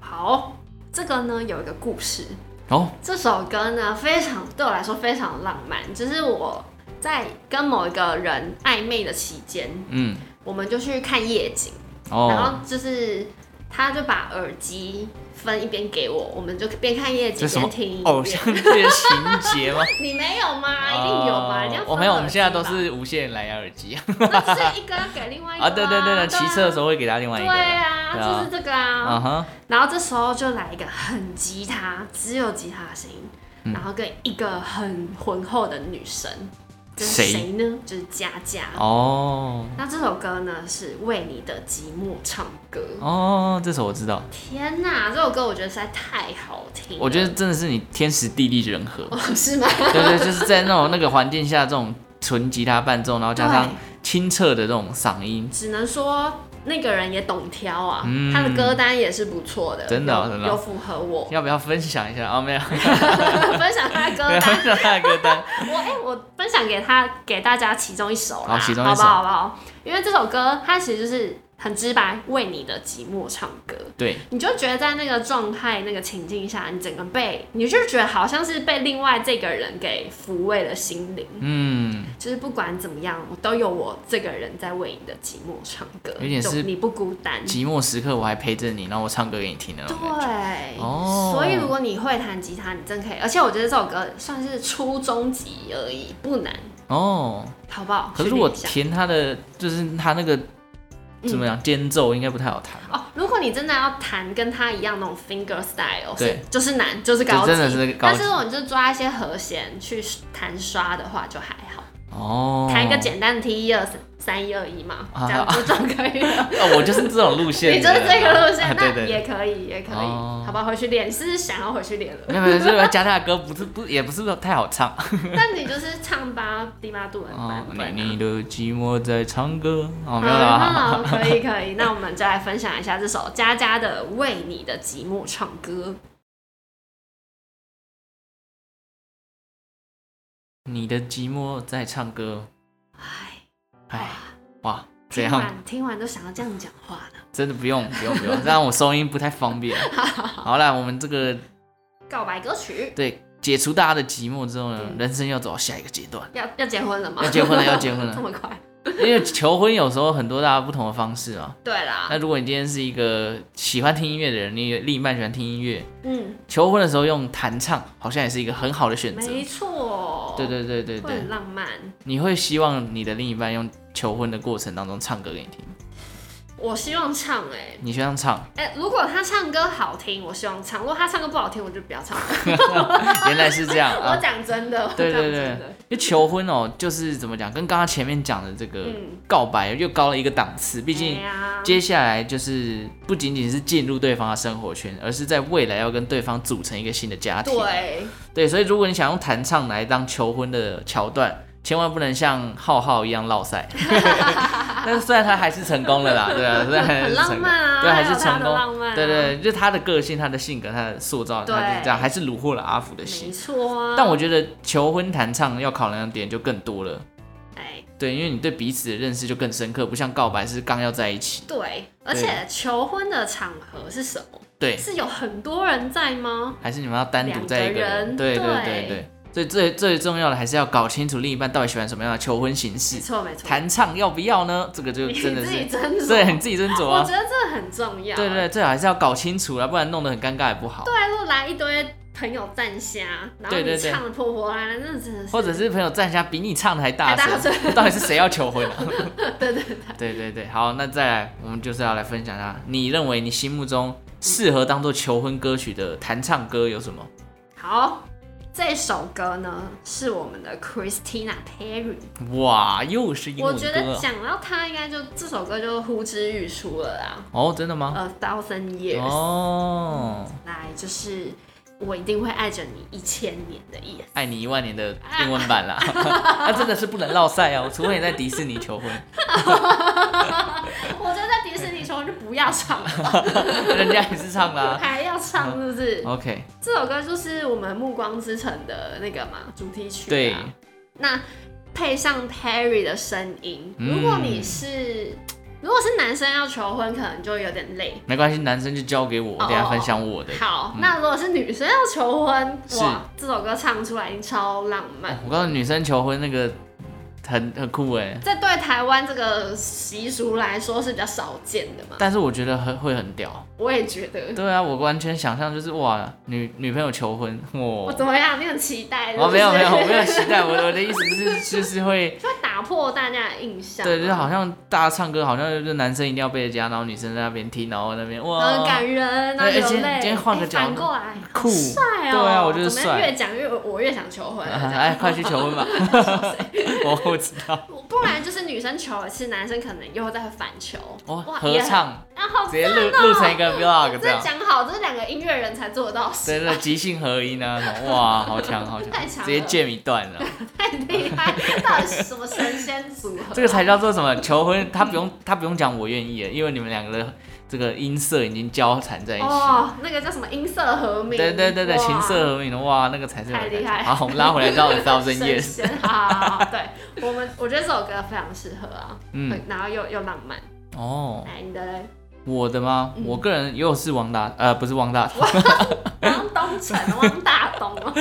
[SPEAKER 3] 好，这个呢有一个故事，
[SPEAKER 1] 哦，
[SPEAKER 3] 这首歌呢非常对我来说非常浪漫，就是我在跟某一个人暧昧的期间，
[SPEAKER 1] 嗯，
[SPEAKER 3] 我们就去看夜景，然
[SPEAKER 1] 哦，
[SPEAKER 3] 后就是他就把耳机分一边给我，我们就边看夜景
[SPEAKER 1] 这是什么
[SPEAKER 3] 边听音乐
[SPEAKER 1] 偶像剧的情节吗？
[SPEAKER 3] 你没有吗？一定有吧？人家
[SPEAKER 1] 哦
[SPEAKER 3] 分
[SPEAKER 1] 我没有，我们
[SPEAKER 3] 耳机
[SPEAKER 1] 现在都
[SPEAKER 3] 吧，
[SPEAKER 1] 是无线蓝牙耳机
[SPEAKER 3] 那是一个要给另外一个
[SPEAKER 1] 啊。对对对对，骑车的时
[SPEAKER 3] 候。
[SPEAKER 1] 候会给他另外一
[SPEAKER 3] 对
[SPEAKER 1] 个。
[SPEAKER 3] 啊，
[SPEAKER 1] 对啊
[SPEAKER 3] 就是这个啊。
[SPEAKER 1] 啊哈，
[SPEAKER 3] 然后这时候就来一个很吉他，只有吉他的声
[SPEAKER 1] 嗯
[SPEAKER 3] 音，然后跟一个很浑厚的女生，这是
[SPEAKER 1] 谁
[SPEAKER 3] 谁呢？就是佳佳。
[SPEAKER 1] 哦
[SPEAKER 3] 那这首歌呢是为你的寂寞唱歌。
[SPEAKER 1] 哦，这首我知道，
[SPEAKER 3] 天哪，这首歌我觉得实在太好听了。
[SPEAKER 1] 我觉得真的是你天时地利人和。
[SPEAKER 3] 哦是吗？
[SPEAKER 1] 对对，就是在那种那个环境下，这种纯吉他伴奏，然后加上
[SPEAKER 3] 对
[SPEAKER 1] 清澈的这种嗓音，
[SPEAKER 3] 只能说那个人也懂挑啊，
[SPEAKER 1] 嗯
[SPEAKER 3] 他的歌单也是不错的，
[SPEAKER 1] 真的哦
[SPEAKER 3] 有
[SPEAKER 1] 真的哦
[SPEAKER 3] 有符合 我
[SPEAKER 1] 要不要分享一下？啊，没有，
[SPEAKER 3] 分享他的歌
[SPEAKER 1] 没有
[SPEAKER 3] 单
[SPEAKER 1] 分。享他的歌单。
[SPEAKER 3] 我哎、我分享给他给大家其中一首啦，
[SPEAKER 1] 好其中一
[SPEAKER 3] 好不
[SPEAKER 1] 首
[SPEAKER 3] 好？好不好？因为这首歌它其实就是很直白，为你的寂寞唱歌，
[SPEAKER 1] 对，
[SPEAKER 3] 你就觉得在那个状态、那个情境下，你整个被，你就觉得好像是被另外这个人给抚慰了心灵，
[SPEAKER 1] 嗯，
[SPEAKER 3] 就是不管怎么样，我都有我这个人在为你的寂寞唱歌，
[SPEAKER 1] 有点
[SPEAKER 3] 就是你不孤单。
[SPEAKER 1] 寂寞时刻我还陪着你，然后我唱歌给你听的那种感觉。
[SPEAKER 3] 对，
[SPEAKER 1] 哦
[SPEAKER 3] 所以如果你会弹吉他，你真可以。而且我觉得这首歌算是初中级而已，不难，
[SPEAKER 1] 哦，
[SPEAKER 3] 好不好？
[SPEAKER 1] 可是
[SPEAKER 3] 去练
[SPEAKER 1] 我
[SPEAKER 3] 一下嗯
[SPEAKER 1] 填他的，就是他那个怎么讲，间奏应该不太好弹吧？
[SPEAKER 3] 哦，如果你真的要弹跟他一样那种 finger style，
[SPEAKER 1] 对
[SPEAKER 3] 是，就是难，就是高级，
[SPEAKER 1] 这真的是高级
[SPEAKER 3] 但是如果你就抓一些和弦去弹刷的话，就还好，
[SPEAKER 1] 哦，
[SPEAKER 3] 弹一个简单的 T 一二三一二一嘛，
[SPEAKER 1] 啊
[SPEAKER 3] 这样就就可以 了。
[SPEAKER 1] 哦，我就是这种路线的，
[SPEAKER 3] 你就是这个路
[SPEAKER 1] 啊
[SPEAKER 3] 线，
[SPEAKER 1] 对
[SPEAKER 3] 那
[SPEAKER 1] 对
[SPEAKER 3] 也
[SPEAKER 1] 对。
[SPEAKER 3] 可以，也可以，
[SPEAKER 1] 哦
[SPEAKER 3] 好吧，回去练，是想要回去练 了，
[SPEAKER 1] 没有没有，就是加他的歌不是不也不是太好 唱。
[SPEAKER 3] 但你就是唱八低八度的
[SPEAKER 1] 哦
[SPEAKER 3] 版，本
[SPEAKER 1] 你你
[SPEAKER 3] 啊。
[SPEAKER 1] 的寂寞在唱歌，哦，
[SPEAKER 3] 好
[SPEAKER 1] 没有啦。
[SPEAKER 3] 好，可以可以，那我们就来分享一下这首佳佳的《为你的寂寞唱歌》。
[SPEAKER 1] 你的寂寞在唱歌，
[SPEAKER 3] 唉，
[SPEAKER 1] 哎，哇，这
[SPEAKER 3] 听
[SPEAKER 1] 样
[SPEAKER 3] 完听完都想要这样讲话了。
[SPEAKER 1] 真的不用不用不用，这样我收音不太方便。 好啦，我们这个
[SPEAKER 3] 告白歌曲。
[SPEAKER 1] 对解除大家的寂寞之后呢，
[SPEAKER 3] 嗯
[SPEAKER 1] 人生要走到下一个阶段，
[SPEAKER 3] 要要结婚了吗？
[SPEAKER 1] 要结婚了要结婚了
[SPEAKER 3] 这么快？
[SPEAKER 1] 因为求婚有时候很多大家不同的方式嘛。
[SPEAKER 3] 对啦
[SPEAKER 1] 那，如果你今天是一个喜欢听音乐的人，你另一半喜欢听音乐，
[SPEAKER 3] 嗯，
[SPEAKER 1] 求婚的时候用弹唱，好像也是一个很好的选择。
[SPEAKER 3] 没错，
[SPEAKER 1] 对对对对
[SPEAKER 3] 会
[SPEAKER 1] 对
[SPEAKER 3] 很，浪漫。
[SPEAKER 1] 你会希望你的另一半用求婚的过程当中唱歌给你听，
[SPEAKER 3] 我希望唱哎、
[SPEAKER 1] 你希望 唱，
[SPEAKER 3] 哎、如果他唱歌好听，我希望唱；如果他唱歌不好听，我就不要唱。
[SPEAKER 1] 原来是这样
[SPEAKER 3] 我
[SPEAKER 1] 啊。
[SPEAKER 3] 讲真的，我
[SPEAKER 1] 对
[SPEAKER 3] 讲
[SPEAKER 1] 对
[SPEAKER 3] 真
[SPEAKER 1] 对
[SPEAKER 3] 的，，
[SPEAKER 1] 因为求婚哦，就是怎么讲，跟刚刚前面讲的这个
[SPEAKER 3] 嗯
[SPEAKER 1] 告白又高了一个档次，毕竟
[SPEAKER 3] 哎呀
[SPEAKER 1] 接下来就是不仅仅是进入对方的生活圈，而是在未来要跟对方组成一个新的家庭。
[SPEAKER 3] 对，
[SPEAKER 1] 对，所以如果你想用弹唱来当求婚的桥段，千万不能像浩浩一样落 赛。 但是虽然他还是成功了啦，对啊，虽然还是
[SPEAKER 3] 很
[SPEAKER 1] 成
[SPEAKER 3] 浪
[SPEAKER 1] 功，
[SPEAKER 3] 漫啊，
[SPEAKER 1] 对，还
[SPEAKER 3] 有
[SPEAKER 1] 是
[SPEAKER 3] 他
[SPEAKER 1] 成
[SPEAKER 3] 的
[SPEAKER 1] 功。
[SPEAKER 3] 浪漫、啊，
[SPEAKER 1] 对对，对就他的个性、他的性格、他的塑造，他就是
[SPEAKER 3] 对
[SPEAKER 1] 这样，还是虏获了阿福的
[SPEAKER 3] 没
[SPEAKER 1] 心。
[SPEAKER 3] 错啊。
[SPEAKER 1] 但我觉得求婚弹唱要考量的点就更多了，
[SPEAKER 3] 哎，
[SPEAKER 1] 对，因为你对彼此的认识就更深刻，不像告白是刚要在一起，
[SPEAKER 3] 对，而且求婚的场合是什么？
[SPEAKER 1] 对，
[SPEAKER 3] 是有很多人在吗？
[SPEAKER 1] 还是你们要单独在一个
[SPEAKER 3] 两个人
[SPEAKER 1] 对对
[SPEAKER 3] 对
[SPEAKER 1] 对对，所以最最重要的还是要搞清楚另一半到底喜欢什么样的求婚形式
[SPEAKER 3] 没。错没错，
[SPEAKER 1] 弹唱要不要呢？这个就
[SPEAKER 3] 你
[SPEAKER 1] 真的
[SPEAKER 3] 自己
[SPEAKER 1] 是
[SPEAKER 3] 斟酌，
[SPEAKER 1] 对你自己斟酌
[SPEAKER 3] 我
[SPEAKER 1] 啊
[SPEAKER 3] 觉。得这很重要。
[SPEAKER 1] 对对对，最好还是要搞清楚了，不然弄得很尴尬也不好。
[SPEAKER 3] 对，如果来一堆朋友站虾，然后
[SPEAKER 1] 对对
[SPEAKER 3] 你
[SPEAKER 1] 对
[SPEAKER 3] 唱的破破烂啊烂，那真的是，
[SPEAKER 1] 或者是朋友站一下比你唱的还大
[SPEAKER 3] 还大
[SPEAKER 1] 声， 到底是谁要求婚啊？
[SPEAKER 3] 对对对，
[SPEAKER 1] 对对对，好，那再来，我们就是要来分享一下，你认为你心目中适合当做求婚歌曲的弹唱歌有什么？
[SPEAKER 3] 好。这首歌呢是我们的 Christina Perry，
[SPEAKER 1] 哇，又是英
[SPEAKER 3] 我
[SPEAKER 1] 文
[SPEAKER 3] 觉
[SPEAKER 1] 歌
[SPEAKER 3] 得
[SPEAKER 1] 啊
[SPEAKER 3] 讲到她应该就这首歌就呼之欲出了啦。
[SPEAKER 1] 哦，真的吗？
[SPEAKER 3] A thousand years，、
[SPEAKER 1] 哦，
[SPEAKER 3] 来就是我一定会爱着你一千年的意思。
[SPEAKER 1] 爱你一万年的英文 版啦，那真的是不能落赛哦，除非你在迪士尼求婚，
[SPEAKER 3] 我觉得在迪士尼的时候就不要唱 了，
[SPEAKER 1] 人家也是唱啦。
[SPEAKER 3] 还要唱是不是？
[SPEAKER 1] OK，
[SPEAKER 3] 这首歌就是我们《暮光之城》的那个嘛主题曲、啊。
[SPEAKER 1] 对，
[SPEAKER 3] 那配上 Perry 的声音，
[SPEAKER 1] 嗯
[SPEAKER 3] 如果你是、如果是男生要求婚，可能就有点累。
[SPEAKER 1] 没关系，男生就交给我，我等一下分享我的。
[SPEAKER 3] 哦好，
[SPEAKER 1] 嗯
[SPEAKER 3] 那如果是女生要求婚，
[SPEAKER 1] 是
[SPEAKER 3] 哇，这首歌唱出来一定超浪漫。
[SPEAKER 1] 哦我告诉你，女生求婚那个很很酷哎，
[SPEAKER 3] 这对台湾这个习俗来说是比较少见的嘛，
[SPEAKER 1] 但是我觉得很会很屌。
[SPEAKER 3] 我也觉得。
[SPEAKER 1] 对啊，我完全想象就是哇，女女朋友求婚，
[SPEAKER 3] 我
[SPEAKER 1] 我
[SPEAKER 3] 怎么样？你很期待？
[SPEAKER 1] 哦没有没有， 我没有
[SPEAKER 3] 有，
[SPEAKER 1] 期待，我我的意思是 就是会，
[SPEAKER 3] 就会打破大家的印象。
[SPEAKER 1] 对，就是好，像大家唱歌，好像就是男生一定要背着家，然后女生在那边听，然后那边
[SPEAKER 3] 然后很
[SPEAKER 1] 哇
[SPEAKER 3] 感人，然后
[SPEAKER 1] 对
[SPEAKER 3] 流
[SPEAKER 1] 而且
[SPEAKER 3] 泪。
[SPEAKER 1] 今天换个
[SPEAKER 3] 哎
[SPEAKER 1] 角度
[SPEAKER 3] 反过来，
[SPEAKER 1] 酷，
[SPEAKER 3] 帅哦。
[SPEAKER 1] 对啊我觉得
[SPEAKER 3] 怎么
[SPEAKER 1] 帅
[SPEAKER 3] 样越讲越我越想求 婚了。这样
[SPEAKER 1] 哎快去求婚 吧， 我我知道，
[SPEAKER 3] 不然就是女生求一次，男生可能又会再反求。
[SPEAKER 1] 哦合
[SPEAKER 3] 也很，啊
[SPEAKER 1] 唱
[SPEAKER 3] 然后
[SPEAKER 1] 直接录录成一个 vlog 这
[SPEAKER 3] 这
[SPEAKER 1] 样。
[SPEAKER 3] 讲好，这是两个音乐人才做得到的事，
[SPEAKER 1] 真的即兴合音啊！什么哇，好强好强
[SPEAKER 3] 太，强
[SPEAKER 1] 直
[SPEAKER 3] 了
[SPEAKER 1] 接 jam 一段了，
[SPEAKER 3] 太厉害，到底是什么神仙组合？
[SPEAKER 1] 这个才叫做什么求婚？他不 用他不用讲我愿意了，因为你们两个的这个音色已经交缠在一起。
[SPEAKER 3] 哦，那个叫什么音色和鸣？
[SPEAKER 1] 对对对对，
[SPEAKER 3] 哇
[SPEAKER 1] 琴瑟和鸣的哇，那个才是有
[SPEAKER 3] 太厉害
[SPEAKER 1] 感觉好，我们拉回 来到 Thousand
[SPEAKER 3] 神
[SPEAKER 1] Years，
[SPEAKER 3] 仙好，对我们，我觉得这首歌非常适合啊，
[SPEAKER 1] 嗯
[SPEAKER 3] 很然后又又浪漫。uh，
[SPEAKER 1] 哦，
[SPEAKER 3] 来，你的嘞，
[SPEAKER 1] 我的吗？
[SPEAKER 3] 嗯
[SPEAKER 1] 我个人又是王大呃不是王大同，
[SPEAKER 3] 汪东城，汪大东哦，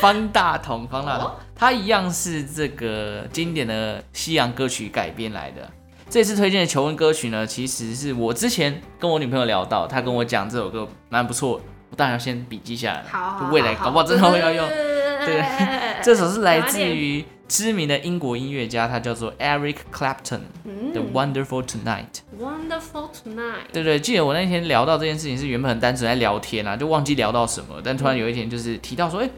[SPEAKER 1] 方大同方大同
[SPEAKER 3] 哦，
[SPEAKER 1] 他一样是这个经典的西洋歌曲改编来的。这次推荐的求婚歌曲呢，其实是我之前跟我女朋友聊到，她跟我讲这首歌蛮不错的，我当然要先笔记下来了，
[SPEAKER 3] 好好，
[SPEAKER 1] 就未来搞不好真的会要 用。对
[SPEAKER 3] 对
[SPEAKER 1] 这首是来自于知名的英国音乐家，他叫做 Eric Clapton
[SPEAKER 3] 嗯
[SPEAKER 1] 的《Wonderful Tonight》。
[SPEAKER 3] Wonderful Tonight，
[SPEAKER 1] 对对，记得我那天聊到这件事情是原本很单纯在聊天啊，就忘记聊到什么，但突
[SPEAKER 3] 嗯
[SPEAKER 1] 然有一天就是提到说，哎、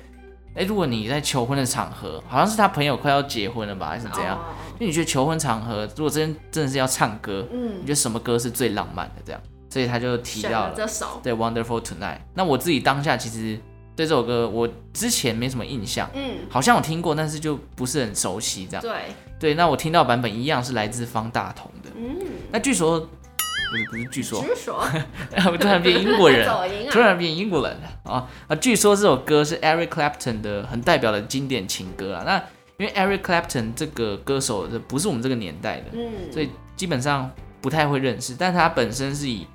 [SPEAKER 1] 哎，如果你在求婚的场合，好像是他朋友快要结婚了吧，还是怎样？
[SPEAKER 3] 哦？
[SPEAKER 1] 就你觉得求婚场合，如果真真的是要唱歌，你
[SPEAKER 3] 嗯，
[SPEAKER 1] 觉得什么歌是最浪漫的？这样，所以他就提
[SPEAKER 3] 选
[SPEAKER 1] 到
[SPEAKER 3] 了
[SPEAKER 1] 了
[SPEAKER 3] 这首，
[SPEAKER 1] 对《Wonderful Tonight》。那我自己当下其实对这首歌我之前没什么印象，
[SPEAKER 3] 嗯，
[SPEAKER 1] 好像有听过，但是就不是很熟悉这样。
[SPEAKER 3] 对，
[SPEAKER 1] 对，那我听到版本一样是来自方大同的。
[SPEAKER 3] 嗯，
[SPEAKER 1] 那据说不是不是据说，
[SPEAKER 3] 直说，
[SPEAKER 1] 我突然变英国 人，
[SPEAKER 3] 走音
[SPEAKER 1] 突
[SPEAKER 3] 啊，
[SPEAKER 1] 然变英国人了啊啊！据说这首歌是 Eric Clapton 的很代表的经典情歌啊。那因为 Eric Clapton 这个歌手的不是我们这个年代的，
[SPEAKER 3] 嗯，
[SPEAKER 1] 所以基本上不太会认识。但他本身是以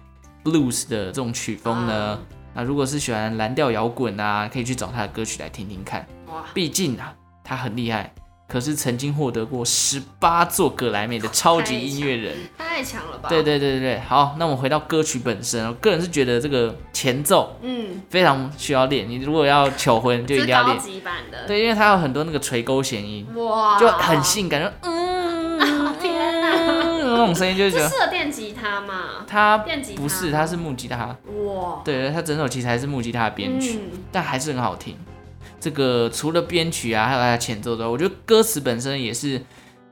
[SPEAKER 1] blues 的这种曲风
[SPEAKER 3] 啊
[SPEAKER 1] 呢，那如果是喜欢蓝调摇滚啊，可以去找他的歌曲来听听看。
[SPEAKER 3] 哇，
[SPEAKER 1] 毕竟啊，他很厉害，可是曾经获得过十八座格莱美的超级音乐人。
[SPEAKER 3] 太强了吧？
[SPEAKER 1] 对，对对对对，好，那我们回到歌曲本身，我个人是觉得这个前奏
[SPEAKER 3] 嗯，
[SPEAKER 1] 非常需要练，你如果要求婚就一定
[SPEAKER 3] 这是
[SPEAKER 1] 要
[SPEAKER 3] 高
[SPEAKER 1] 练，
[SPEAKER 3] 级版的，
[SPEAKER 1] 对，因为它有很多那个垂钩弦音，
[SPEAKER 3] 哇，
[SPEAKER 1] 就很。性感，就嗯，嗯那种声音就觉
[SPEAKER 3] 这
[SPEAKER 1] 得
[SPEAKER 3] 适合电吉他嘛？
[SPEAKER 1] 它
[SPEAKER 3] 电吉他
[SPEAKER 1] 不是，它是木吉他，
[SPEAKER 3] 哇，
[SPEAKER 1] 对，它整首其实还是木吉他的编曲，
[SPEAKER 3] 嗯
[SPEAKER 1] 但还是很好听。这个除了编曲啊，还有它的前奏之外，我觉得歌词本身也是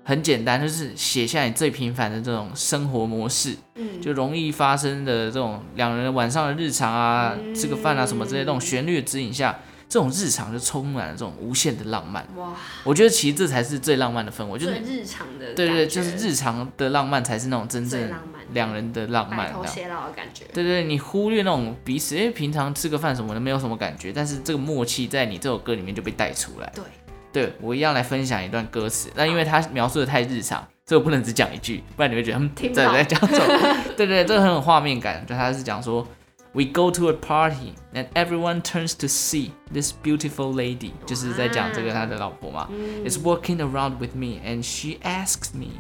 [SPEAKER 1] 很简单，就是写下你最平凡的这种生活模式，
[SPEAKER 3] 嗯，
[SPEAKER 1] 就容易发生的这种两人晚上的日常啊，
[SPEAKER 3] 嗯
[SPEAKER 1] 吃个饭啊什么之类的，这种旋律的指引下，这种日常就充满了这种无限的浪漫。
[SPEAKER 3] 哇，
[SPEAKER 1] 我觉得其实这才是最浪漫的氛围，就
[SPEAKER 3] 最
[SPEAKER 1] 是
[SPEAKER 3] 日常的感觉，
[SPEAKER 1] 对对，就是日常的浪漫才是那种真正
[SPEAKER 3] 最浪漫
[SPEAKER 1] 两人的浪漫啊
[SPEAKER 3] 白。头
[SPEAKER 1] 这样
[SPEAKER 3] 偕老的感觉。
[SPEAKER 1] 对对，你忽略那种彼此，因为平常吃个饭什么的没有什么感觉，但是这个默契在你这首歌里面就被带出来。
[SPEAKER 3] 对，
[SPEAKER 1] 对我一样来分享一段歌词，那因为它描述的太日常，所以我不能只讲一句，不然你会觉得嗯，
[SPEAKER 3] 听不
[SPEAKER 1] 在
[SPEAKER 3] 懂
[SPEAKER 1] 在讲什 么？对对，这个很有画面感，就它是讲说。We go to a party and everyone turns to see this beautiful lady，就是在讲这个他的老婆嘛。
[SPEAKER 3] 啊
[SPEAKER 1] Is
[SPEAKER 3] 嗯
[SPEAKER 1] walking around with me and she asks me,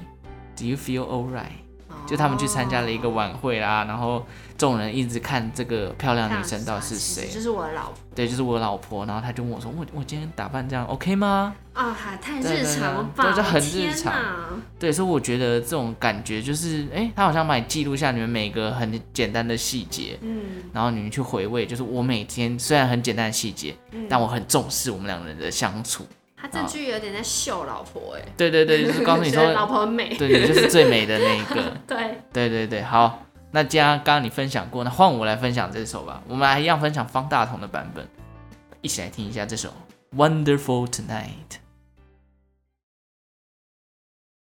[SPEAKER 1] "Do you feel alright?" 就他们去参加了一个晚会啦，然后众人一直看这个漂亮女生到底是谁
[SPEAKER 3] 其实。就是我的老婆
[SPEAKER 1] 对，就是我老婆。然后她就问我说：“我我今天打扮这样 OK 吗
[SPEAKER 3] 啊，还太
[SPEAKER 1] 对对
[SPEAKER 3] 日
[SPEAKER 1] 对
[SPEAKER 3] 常了吧？
[SPEAKER 1] 对这很日常
[SPEAKER 3] 天哪。？”
[SPEAKER 1] 对，所以我觉得这种感觉就是，哎，她好像把你记录下你们每个很简单的细节，
[SPEAKER 3] 嗯，
[SPEAKER 1] 然后你们去回味，就是我每天虽然很简单的细节，
[SPEAKER 3] 嗯
[SPEAKER 1] 但我很重视我们两人的相处。
[SPEAKER 3] 他这句有点在秀老婆哎、
[SPEAKER 1] 对对对， 就是告诉你
[SPEAKER 3] 觉得老
[SPEAKER 1] 说，
[SPEAKER 3] 婆很美。
[SPEAKER 1] 对你就是最美的那一个。
[SPEAKER 3] 对，
[SPEAKER 1] 对对对，好，那既然刚刚你分享过，那换我来分享这首吧。我们来一样分享方大同的版本，一起来听一下这首《Wonderful Tonight》。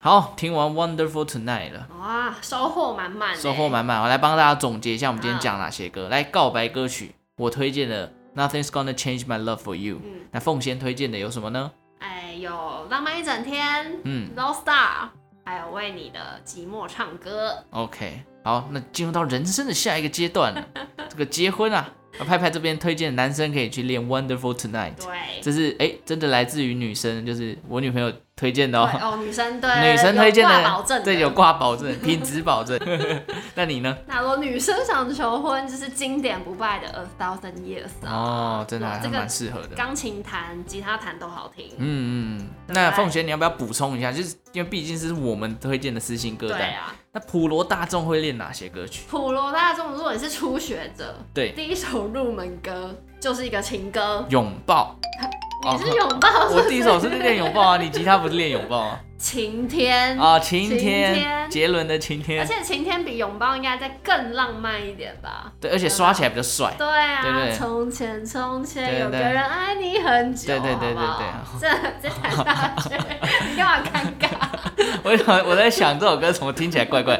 [SPEAKER 1] 好，听完《Wonderful Tonight》了，
[SPEAKER 3] 哇，收获满满、欸，
[SPEAKER 1] 收获满满。我来帮大家总结一下我们今天讲哪些歌。来，告白歌曲，我推荐的《Nothing's Gonna Change My Love for You》。
[SPEAKER 3] 嗯
[SPEAKER 1] 那凤仙推荐的有什么呢？
[SPEAKER 3] 哎，有浪漫一整天
[SPEAKER 1] 嗯
[SPEAKER 3] ，Low Star，还有为你的寂寞唱歌。
[SPEAKER 1] ，OK，好，那进入到人生的下一个阶段 了，这个结婚啊。那派派这边推荐男生可以去练《Wonderful Tonight》。
[SPEAKER 3] 对，
[SPEAKER 1] 这是哎、真的来自于女生，就是我女朋友推荐的
[SPEAKER 3] 对
[SPEAKER 1] 哦，
[SPEAKER 3] 哦，女生 对
[SPEAKER 1] 女生推荐
[SPEAKER 3] 有
[SPEAKER 1] 的，
[SPEAKER 3] 挂保证的，
[SPEAKER 1] 对，有挂保 证，品质保证。那你呢？
[SPEAKER 3] 那如果女生想求婚，就是经典不败的《A Thousand Years》啊，
[SPEAKER 1] 哦，真的还
[SPEAKER 3] 这个
[SPEAKER 1] 蛮适合的。
[SPEAKER 3] 钢琴弹、吉他弹都好听。
[SPEAKER 1] 嗯嗯，
[SPEAKER 3] 对
[SPEAKER 1] 那凤贤，你要不要补充一下？就是因为毕竟是我们推荐的私信歌
[SPEAKER 3] 对
[SPEAKER 1] 单，
[SPEAKER 3] 啊，
[SPEAKER 1] 那普罗大众会练哪些歌曲？
[SPEAKER 3] 普罗大众，如果你是初学者，
[SPEAKER 1] 对，
[SPEAKER 3] 第一首入门歌就是一个情歌，
[SPEAKER 1] 拥抱。哦
[SPEAKER 3] 你是拥抱是不
[SPEAKER 1] 我
[SPEAKER 3] 是
[SPEAKER 1] 第一首是练拥抱啊，你吉他不是练拥抱啊？
[SPEAKER 3] 晴天，
[SPEAKER 1] 啊，晴
[SPEAKER 3] 晴天
[SPEAKER 1] 天，杰伦的晴
[SPEAKER 3] 而
[SPEAKER 1] 天，
[SPEAKER 3] 且晴天比拥抱应该再更浪漫一点吧？
[SPEAKER 1] 对，而且刷起来比较帅。
[SPEAKER 3] 对
[SPEAKER 1] 对
[SPEAKER 3] 啊，
[SPEAKER 1] 对
[SPEAKER 3] 从前从前
[SPEAKER 1] 对
[SPEAKER 3] 有个
[SPEAKER 1] 对
[SPEAKER 3] 人爱你很久，
[SPEAKER 1] 对对对对
[SPEAKER 3] 好不好 这这才大学， 你干嘛尴尬？
[SPEAKER 1] 我想 我在想这首歌怎么听起来怪怪。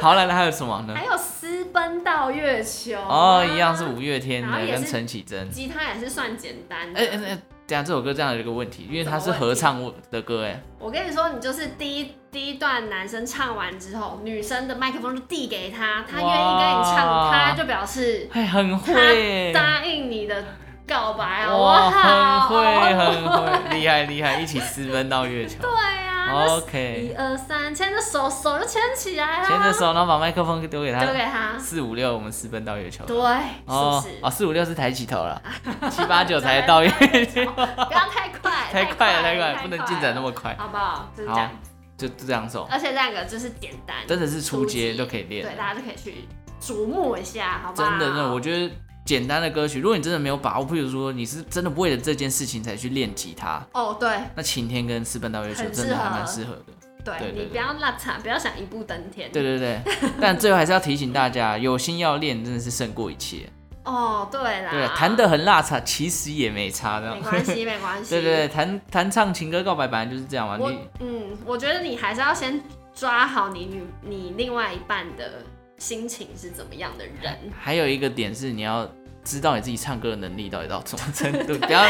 [SPEAKER 1] 好了，那还有什么呢
[SPEAKER 3] 还？有私奔到月球啊
[SPEAKER 1] 哦，一样是五月天
[SPEAKER 3] 然后
[SPEAKER 1] 的，
[SPEAKER 3] 也是
[SPEAKER 1] 跟陈绮贞。
[SPEAKER 3] 吉他也是算简单的。
[SPEAKER 1] 哎哎哎，等一下这首歌这样有一个问题，因为它是
[SPEAKER 3] 什么问题
[SPEAKER 1] 合唱的歌，哎，
[SPEAKER 3] 我跟你说，你就是第一第一段男生唱完之后，女生的麦克风就递给他，他愿意跟你唱，
[SPEAKER 1] 哇
[SPEAKER 3] 他就表示
[SPEAKER 1] 哎，很
[SPEAKER 3] 他
[SPEAKER 1] 会，
[SPEAKER 3] 答应你的告白，好
[SPEAKER 1] 哇，
[SPEAKER 3] 不好？
[SPEAKER 1] 很会
[SPEAKER 3] 哦
[SPEAKER 1] 很会，厉害厉害，一起私奔到月球。
[SPEAKER 3] 对啊
[SPEAKER 1] 哦
[SPEAKER 3] 呀、那一
[SPEAKER 1] OK，
[SPEAKER 3] 二三，牵着手，手就牵起来啦，
[SPEAKER 1] 牵着手，然后把麦克风丢给
[SPEAKER 3] 丢给
[SPEAKER 1] 他。
[SPEAKER 3] 他，
[SPEAKER 1] 四五六，我们私奔到月球。
[SPEAKER 3] 对，
[SPEAKER 1] 哦
[SPEAKER 3] 是不
[SPEAKER 1] 哦，
[SPEAKER 3] 是？
[SPEAKER 1] 四五六是抬起头 了，七八九才到月球，
[SPEAKER 3] 不要太快，
[SPEAKER 1] 太快了太快了，
[SPEAKER 3] 太
[SPEAKER 1] 不能进展那么快。
[SPEAKER 3] 好不好？就是这
[SPEAKER 1] 好
[SPEAKER 3] 样，，
[SPEAKER 1] 就这两首。
[SPEAKER 3] 而且这两个就是简单，
[SPEAKER 1] 真的是初阶都可以练
[SPEAKER 3] 对，大家就可以去瞩目一下，好不好？
[SPEAKER 1] 真的，真的，我觉得简单的歌曲，如果你真的没有把握，譬如说你是真的为了这件事情才去练吉他，
[SPEAKER 3] 哦，对
[SPEAKER 1] 那晴天跟私奔到月球
[SPEAKER 3] 很适
[SPEAKER 1] 真
[SPEAKER 3] 合
[SPEAKER 1] 的还蛮适合的。
[SPEAKER 3] 对，
[SPEAKER 1] 对对
[SPEAKER 3] 你不要落差，不要想一步登天。
[SPEAKER 1] 对对 对，但最后还是要提醒大家，有心要练，真的是胜过一切。
[SPEAKER 3] 哦，对啦，
[SPEAKER 1] 对，弹得很辣差，其实也没差这样
[SPEAKER 3] 没。关系，没关 系。
[SPEAKER 1] 对对对，弹弹唱情歌告白本来就是这样嘛。
[SPEAKER 3] 我
[SPEAKER 1] 啊你
[SPEAKER 3] 嗯，我觉得你还是要先抓好你女你另外一半的心情是怎么样的人，
[SPEAKER 1] 还有一个点是你要知道你自己唱歌的能力到底到什么程 度，不要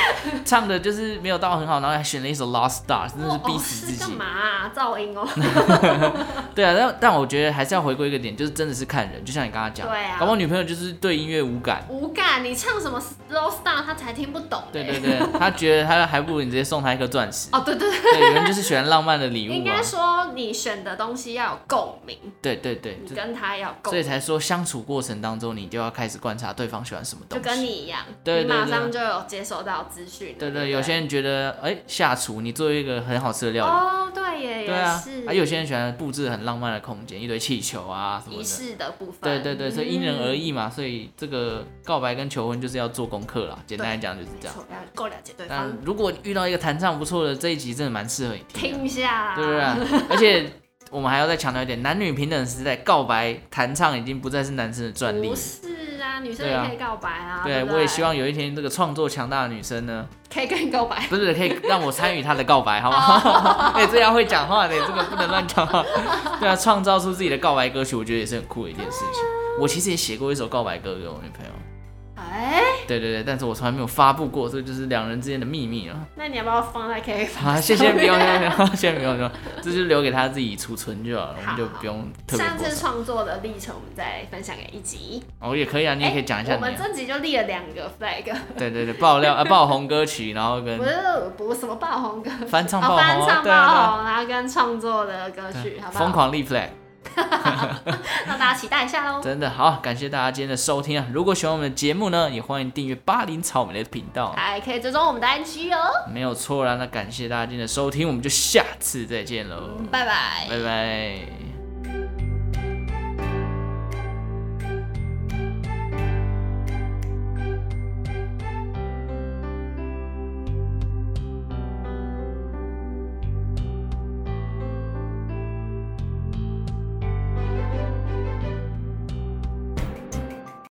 [SPEAKER 1] 唱的就是没有到很好，然后还选了一首 Lost Star，真的是
[SPEAKER 3] 哦
[SPEAKER 1] 逼
[SPEAKER 3] 哦
[SPEAKER 1] 死自
[SPEAKER 3] 是
[SPEAKER 1] 己
[SPEAKER 3] 干。嘛啊？噪音哦。
[SPEAKER 1] 对啊，但但我觉得还是要回归一个点，就是真的是看人，就像你刚刚讲，
[SPEAKER 3] 对啊
[SPEAKER 1] 搞不好女朋友就是对音乐无感，
[SPEAKER 3] 无感，你唱什么 slow star 他才听不懂、欸。
[SPEAKER 1] 对对对，她觉得她还不如你直接送她一颗钻石。
[SPEAKER 3] 哦，对对对，
[SPEAKER 1] 对，有人就是喜欢浪漫的礼
[SPEAKER 3] 应
[SPEAKER 1] 物
[SPEAKER 3] 该
[SPEAKER 1] 啊。
[SPEAKER 3] 说你选的东西要有共鸣，
[SPEAKER 1] 对对对，
[SPEAKER 3] 你
[SPEAKER 1] 就
[SPEAKER 3] 跟他要有共
[SPEAKER 1] 所以
[SPEAKER 3] 鸣，
[SPEAKER 1] 才说相处过程当中，你就要开始观察对方喜欢什么东
[SPEAKER 3] 就
[SPEAKER 1] 西。
[SPEAKER 3] 跟你一样，
[SPEAKER 1] 对对
[SPEAKER 3] 你
[SPEAKER 1] 对
[SPEAKER 3] 马上就有接收到资讯了。
[SPEAKER 1] 对
[SPEAKER 3] 对不
[SPEAKER 1] 对，
[SPEAKER 3] 对，
[SPEAKER 1] 有些人觉得哎、下厨你做一个很好吃的料理，
[SPEAKER 3] 哦，对耶，
[SPEAKER 1] 对啊
[SPEAKER 3] 也，是。
[SPEAKER 1] 啊有些人喜欢布置很浪漫的空间，一堆气球啊什么
[SPEAKER 3] 仪
[SPEAKER 1] 的。
[SPEAKER 3] 式嗯的部分，
[SPEAKER 1] 对对对，所以因人而
[SPEAKER 3] 异。
[SPEAKER 1] 异嘛，所以这个告白跟求婚就是要做功课啦，简单来讲就是
[SPEAKER 3] 没
[SPEAKER 1] 这样。
[SPEAKER 3] 错，要够了解对
[SPEAKER 1] 但
[SPEAKER 3] 方，
[SPEAKER 1] 如果你遇到一个弹唱不错的，这一集真的蛮适合你听的，
[SPEAKER 3] 听一下。啊
[SPEAKER 1] 对不啊对？ 而且我们还要再强调一点，男女平等时代，告白弹唱已经不再是男生的专利
[SPEAKER 3] 不
[SPEAKER 1] 了。
[SPEAKER 3] 是啊，女生
[SPEAKER 1] 对啊
[SPEAKER 3] 也可以告白啊。
[SPEAKER 1] 对，
[SPEAKER 3] 不
[SPEAKER 1] 我也希望有一天这个创作强大的女生呢，
[SPEAKER 3] 可以跟你告白。
[SPEAKER 1] 不是可以让我参与她的告白，好不
[SPEAKER 3] 哦
[SPEAKER 1] 好？ 哎、这要会讲话的，这个不能乱讲话。 对啊，创造出自己的告白歌曲，我觉得也是很酷的一件事情。我其实也写过一首告白歌给我女朋友，
[SPEAKER 3] 哎，
[SPEAKER 1] 对对对，但是我从来没有发布过，这就是两人之间的秘密 了。
[SPEAKER 3] 那你要不要放在 K 房？
[SPEAKER 1] 啊，谢谢，不用不用不用，谢谢不用不用，这就留给她自己储存就好了，我们就不用特别
[SPEAKER 3] 上
[SPEAKER 1] 过
[SPEAKER 3] 次
[SPEAKER 1] 分。
[SPEAKER 3] 创作的历程，我们再分享给一集。
[SPEAKER 1] 哦，也可以啊，你也可以讲一下
[SPEAKER 3] 哎我
[SPEAKER 1] 你、
[SPEAKER 3] 们
[SPEAKER 1] 啊。
[SPEAKER 3] 这集就立了两个 flag，
[SPEAKER 1] 对对对，爆料啊，爆红歌曲，然后 跟
[SPEAKER 3] 不是不是什么爆红歌，
[SPEAKER 1] 翻唱嗯
[SPEAKER 3] 啊
[SPEAKER 1] 爆红
[SPEAKER 3] 翻
[SPEAKER 1] 啊，
[SPEAKER 3] 唱爆
[SPEAKER 1] 对啊
[SPEAKER 3] 红，然后跟创作的歌
[SPEAKER 1] 对
[SPEAKER 3] 曲，
[SPEAKER 1] 啊，
[SPEAKER 3] 好不
[SPEAKER 1] 疯
[SPEAKER 3] 好？
[SPEAKER 1] 狂立 flag。
[SPEAKER 3] 让大家期待一下喽。
[SPEAKER 1] 真的好，感谢大家今天的收听啊！如果喜欢我们的节目呢，也欢迎订阅巴林草莓的频道啊，
[SPEAKER 3] 还可以追踪我们的 IG 哦，
[SPEAKER 1] 没有
[SPEAKER 3] 嗯
[SPEAKER 1] 错啦。那感谢大家今天的收听，我们就下次再见喽，
[SPEAKER 3] 拜拜。
[SPEAKER 1] 拜拜